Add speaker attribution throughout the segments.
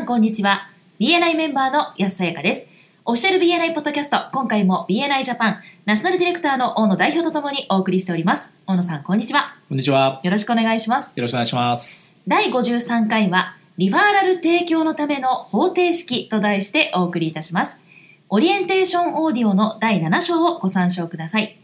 Speaker 1: ん、こんにちは。BNI メンバーの安さやかです。オフィシャル BNI ポッドキャスト、今回も BNI ジャパン、ナショナルディレクターの大野代表とともにお送りしております。大野さん、こんにちは。
Speaker 2: こんにちは。
Speaker 1: よろしくお願いします。
Speaker 2: よろしくお願いします。
Speaker 1: 第53回は、リファーラル提供のための方程式と題してお送りいたします。オリエンテーションオーディオの第7章をご参照ください。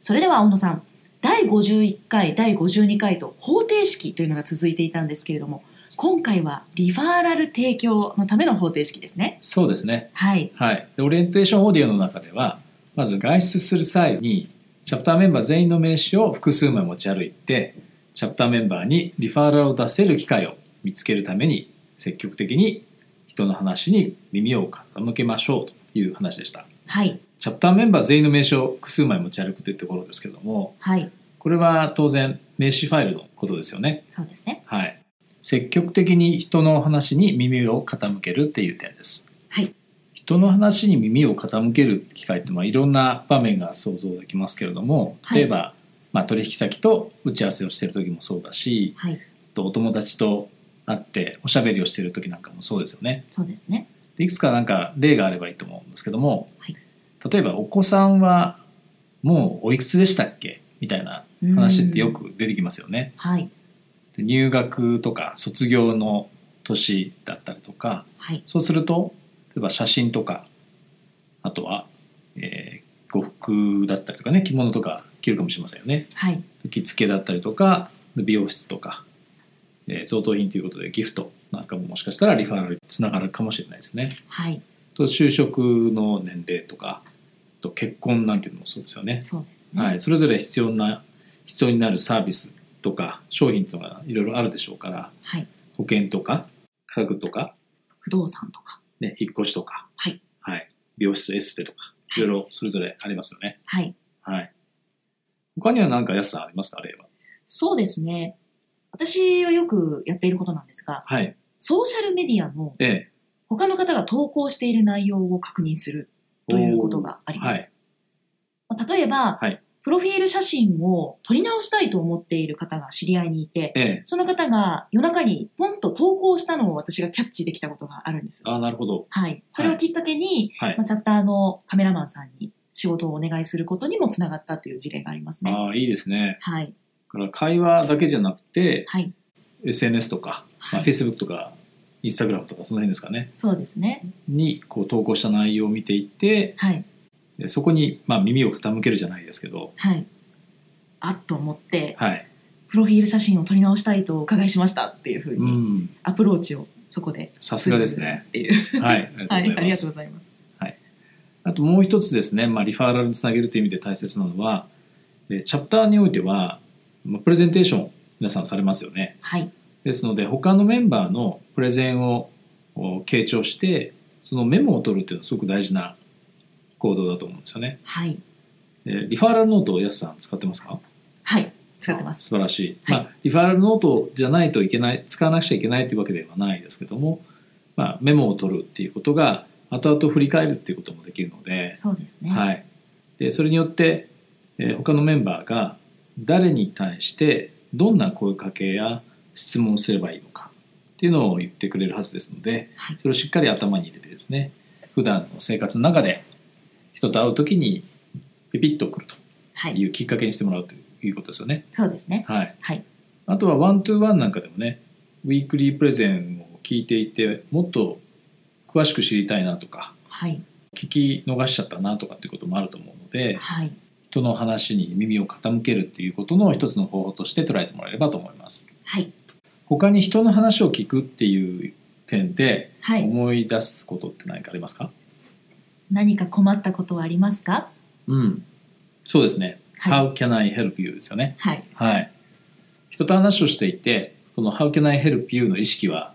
Speaker 1: それでは、大野さん、第51回、第52回と方程式というのが続いていたんですけれども、今回はリファーラル提供のための方程式ですね。
Speaker 2: そうですね。
Speaker 1: はい。
Speaker 2: はい。で、オリエンテーションオーディオの中では、まず外出する際に、チャプターメンバー全員の名刺を複数枚持ち歩いて、チャプターメンバーにリファーラルを出せる機会を見つけるために、積極的に人の話に耳を傾けましょうという話でした。
Speaker 1: はい。
Speaker 2: チャプターメンバー全員の名刺を複数枚持ち歩くというところですけども、
Speaker 1: はい。
Speaker 2: これは当然名刺ファイルのことですよね。
Speaker 1: そうですね。
Speaker 2: はい、積極的に人の話に耳を傾けるっていう点です。
Speaker 1: はい
Speaker 2: 人の話に耳を傾ける機会ってまあいろんな場面が想像できますけれども
Speaker 1: はい
Speaker 2: 例えば、まあ、取引先と打ち合わせをしてる時もそうだし
Speaker 1: はい。
Speaker 2: あとお友達と会っておしゃべりをしてる時なんかもそうですよね。
Speaker 1: そうですね。
Speaker 2: でいくつかなんか例があればいいと思うんですけども、
Speaker 1: はい
Speaker 2: 例えば「お子さんはもうおいくつでしたっけ?」みたいな話ってよ
Speaker 1: うん。
Speaker 2: く出てきますよね。
Speaker 1: はい。
Speaker 2: で入学とか卒業の年だったりとか
Speaker 1: はい。
Speaker 2: そうすると例えば写真とかあとは、えー呉服だったりとかね着物とか着るかもしれませんよね
Speaker 1: はい。
Speaker 2: 着付けだったりとか美容室とか、えー贈答品ということでギフトなんかももしかしたらリファラルにつながるかもしれないですね
Speaker 1: はい。
Speaker 2: と就職の年齢とかあと結婚なんていうのもそうですよね
Speaker 1: そうですね。
Speaker 2: はい、それぞれ必要な必要になるサービスとか商品とかいろいろあるでしょうから
Speaker 1: はい。
Speaker 2: 保険とか家具とか、
Speaker 1: 不動産とか。
Speaker 2: ね、引っ越しとか、
Speaker 1: はい
Speaker 2: 美容室エステとかいろいろそれぞれありますよね。
Speaker 1: はい。
Speaker 2: はい、他には何か安さんありますか例は。
Speaker 1: そうですね。私はよくやっていることなんですが、
Speaker 2: はい
Speaker 1: ソーシャルメディアの
Speaker 2: ええ、
Speaker 1: 他の方が投稿している内容を確認するということがあります。まあ例えば、
Speaker 2: はい
Speaker 1: プロフィール写真を撮り直したいと思っている方が知り合いにいて、
Speaker 2: ええ、
Speaker 1: その方が夜中にポンと投稿したのを私がキャッチできたことがあるんです。
Speaker 2: ああなるほど。
Speaker 1: はい。それをきっかけに、
Speaker 2: はい
Speaker 1: まあ、チャッターのカメラマンさんに仕事をお願いすることにもつながったという事例がありますね。
Speaker 2: ああいいですね。
Speaker 1: はい。
Speaker 2: だから会話だけじゃなくて
Speaker 1: はい。
Speaker 2: SNS とか、
Speaker 1: は
Speaker 2: まあ、
Speaker 1: い、
Speaker 2: Facebook とか Instagram とかその辺ですかね
Speaker 1: そうですね。
Speaker 2: にこう投稿した内容を見ていって
Speaker 1: はい。
Speaker 2: でそこにまあ耳を傾けるじゃないですけど、
Speaker 1: はい。あっと思って、
Speaker 2: はい
Speaker 1: プロフィール写真を撮り直したいとお伺いしましたっていうふう
Speaker 2: う
Speaker 1: に
Speaker 2: ん
Speaker 1: アプローチをそこで。
Speaker 2: さすがですね。
Speaker 1: っていう。
Speaker 2: はい、あ
Speaker 1: はい。あり
Speaker 2: りがとうございま
Speaker 1: が
Speaker 2: す
Speaker 1: とう。ございます。
Speaker 2: あともう一つですね、まあ、リファーラルにつなげるという意味で大切なのは、えーチャプターにおいては、まあプレゼンテーションを皆さんされますよね。
Speaker 1: はい。
Speaker 2: ですので、他のメンバーのプレゼンをお傾聴して、そのメモを取るというのはすごく大事な行動だと思うんですよね。
Speaker 1: はい。
Speaker 2: えーリファーラルノートをやすさん使ってますか
Speaker 1: はい。使ってます。
Speaker 2: 素晴らしい、
Speaker 1: はい
Speaker 2: まあ、リファーラルノートじゃないといけない使わなくちゃいけないというわけではないですけども、まあ、メモを取るっていうことが後々振り返るっていうこともできるので、
Speaker 1: そうですね。はい。
Speaker 2: はい、でそれによって、えー他のメンバーが誰に対してどんな声かけや質問をすればいいのかっていうのを言ってくれるはずですのでそれをしっかり頭に入れてですね普段の生活の中で人と会う時にピピッとくると
Speaker 1: はい。
Speaker 2: いうきっかけにしてもらうということですよね。
Speaker 1: そうですね。
Speaker 2: はい、
Speaker 1: はい。
Speaker 2: あとはワントゥーワンなんかでもねウィークリープレゼンを聞いていてもっと詳しく知りたいなとか
Speaker 1: はい。
Speaker 2: 聞き逃しちゃったなとかっていうこともあると思うので
Speaker 1: はい。
Speaker 2: 人の話に耳を傾けるっていうことの一つの方法として捉えてもらえればと思います
Speaker 1: はい。
Speaker 2: 他に人の話を聞くっていう点で
Speaker 1: はい。
Speaker 2: 思い出すことって何かありますか、
Speaker 1: 何か困ったことはありますか
Speaker 2: うんそうですね「
Speaker 1: はい。
Speaker 2: How can I help you」ですよね
Speaker 1: はい。
Speaker 2: はい人と話をしていてこの「How can I help you」の意識は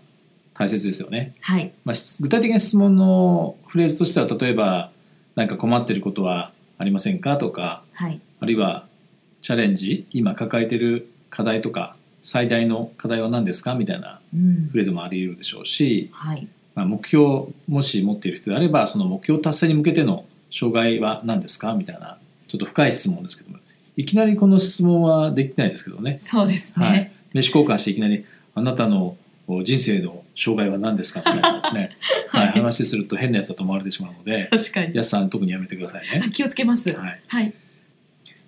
Speaker 2: 大切ですよね
Speaker 1: はい。
Speaker 2: まあ、し具体的な質問のフレーズとしては例えば「何か困ってることはありませんか?」とか
Speaker 1: はい。
Speaker 2: あるいは「チャレンジ今抱えてる課題とか最大の課題は何ですか?」みたいな
Speaker 1: うん
Speaker 2: フ。レーズもあり得るでしょうし、
Speaker 1: はい。
Speaker 2: まあ、目標もし持っている人であればその目標達成に向けての障害は何ですかみたいなちょっと深い質問ですけどもいきなりこの質問はできないですけどね
Speaker 1: そうです
Speaker 2: はい
Speaker 1: ね。、
Speaker 2: 名刺交換していきなり「あなたの人生の障害は何ですかみたいなですね、
Speaker 1: は
Speaker 2: はいい、話すると変なやつだと思われてしまうので
Speaker 1: 確かに
Speaker 2: 安さん特にやめてくださいね
Speaker 1: あ。気をつけますは
Speaker 2: はい、
Speaker 1: い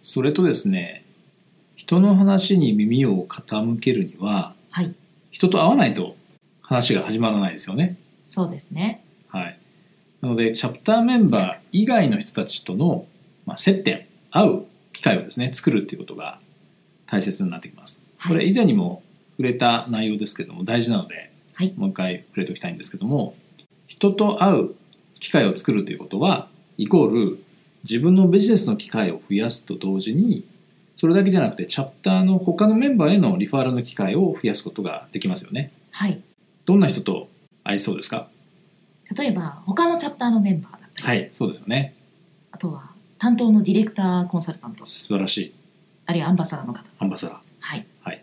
Speaker 2: それとですね人の話に耳を傾けるには
Speaker 1: はい
Speaker 2: 人と会わないと話が始まらないですよね。
Speaker 1: そうですね
Speaker 2: はい、なのでチャプターメンバー以外の人たちとの、まあ、接点会う機会をですね作るっていうことが大切になってきます。
Speaker 1: はい
Speaker 2: これ以前にも触れた内容ですけども大事なので、
Speaker 1: はい
Speaker 2: もう一回触れておきたいんですけども人と会う機会を作るということはイコール自分のビジネスの機会を増やすと同時にそれだけじゃなくてチャプターの他のメンバーへのリファーラルの機会を増やすことができますよね。
Speaker 1: はい
Speaker 2: どんな人と会いそうですか
Speaker 1: 例えば他のチャプターのメンバーだったり、
Speaker 2: はい、そうですよね。
Speaker 1: あとは担当のディレクターコンサルタント
Speaker 2: 素晴らしい
Speaker 1: あるいはアンバサダーの方
Speaker 2: アンバサダー。
Speaker 1: はい、
Speaker 2: はい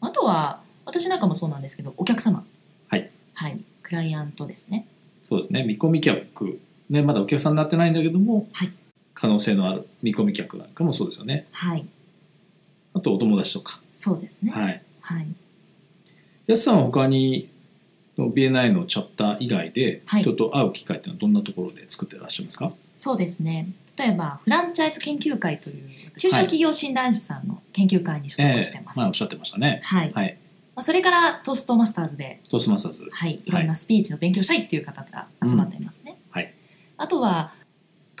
Speaker 1: あとは私なんかもそうなんですけどお客様
Speaker 2: はい、
Speaker 1: はい、クライアントですね
Speaker 2: そうですね。見込み客ねまだお客さんになってないんだけども、
Speaker 1: はい
Speaker 2: 可能性のある見込み客なんかもそうですよね。
Speaker 1: はい
Speaker 2: あとお友達とか。
Speaker 1: そうですね
Speaker 2: はい。
Speaker 1: はい、
Speaker 2: やすさんは他に BNI のチャプター以外で
Speaker 1: はい
Speaker 2: 人と会う機会っていうのはどんなところで作ってらっしゃいますか、
Speaker 1: そうですね例えばフランチャイズ研究会という中小企業診断士さんの研究会に所
Speaker 2: え
Speaker 1: 属して
Speaker 2: え
Speaker 1: ます、
Speaker 2: 前おっしゃってましたね。
Speaker 1: はい、
Speaker 2: はい。
Speaker 1: まあ、それからトーストマスターズで、
Speaker 2: トーストマスターズ。
Speaker 1: はい、いろんなスピーチの勉強したいっていう方が集まっていますね、
Speaker 2: うんはい
Speaker 1: あとは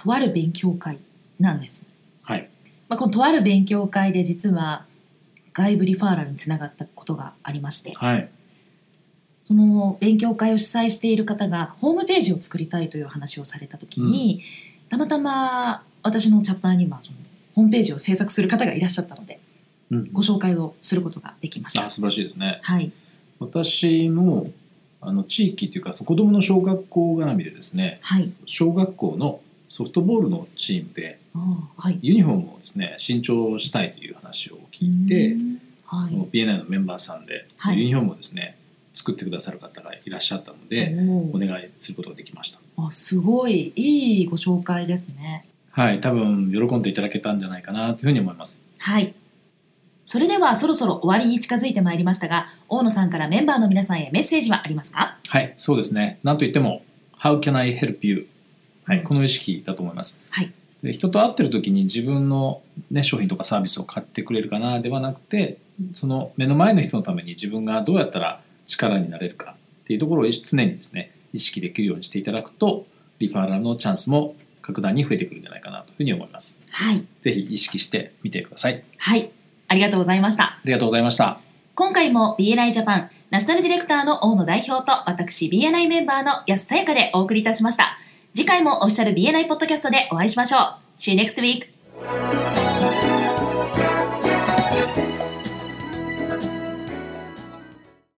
Speaker 1: とある勉強会なんです、
Speaker 2: はい。
Speaker 1: まあ、このとある勉強会で実は外部リファーラルにつながったことがありまして
Speaker 2: はい。
Speaker 1: その勉強会を主催している方がホームページを作りたいという話をされた時に、たまたま私のチャプターにはそのホームページを制作する方がいらっしゃったので
Speaker 2: うん。
Speaker 1: ご紹介をすることができまし
Speaker 2: あ
Speaker 1: た
Speaker 2: 素。晴らしいですね。
Speaker 1: はい、
Speaker 2: 私もあの地域っていうかそう子供の小学校絡みでですね
Speaker 1: はい、
Speaker 2: 小学校のソフトボールのチームで
Speaker 1: あーはい、
Speaker 2: ユニフォームをですね新調したいという話を聞いて、
Speaker 1: うんはい、
Speaker 2: BNI のメンバーさんで、そのユニフォームをですね作ってくださる方がいらっしゃったので、
Speaker 1: お
Speaker 2: お
Speaker 1: ー
Speaker 2: 願いすることができました
Speaker 1: あすごいいいご紹介ですね。
Speaker 2: はい多分喜んでいただけたんじゃないかなというふうに思います
Speaker 1: はい。それではそろそろ終わりに近づいてまいりましたが、大野さんからメンバーの皆さんへメッセージはありますか？
Speaker 2: はいそうですねなんといっても「How can I help you?」は
Speaker 1: う
Speaker 2: い、
Speaker 1: ん
Speaker 2: この意識だと思います、
Speaker 1: はい
Speaker 2: で人と会ってる時に自分の、ね、商品とかサービスを買ってくれるかなではなくて
Speaker 1: うん
Speaker 2: その目の前の人のために自分がどうやったら力になれるかっていうところを常にですね意識できるようにしていただくとリファーラルのチャンスも格段に増えてくるんじゃないかなというふうに思います
Speaker 1: はい、
Speaker 2: ぜひ意識してみてください
Speaker 1: はい、ありがとうございました。
Speaker 2: ありがとうございました
Speaker 1: 今回も BNI ジャパンナショナルディレクターの大野代表と私 BNI メンバーの安さやかでお送りいたしました。次回もオフィシャル BNI ポッドキャストでお会いしましょう。See you next week!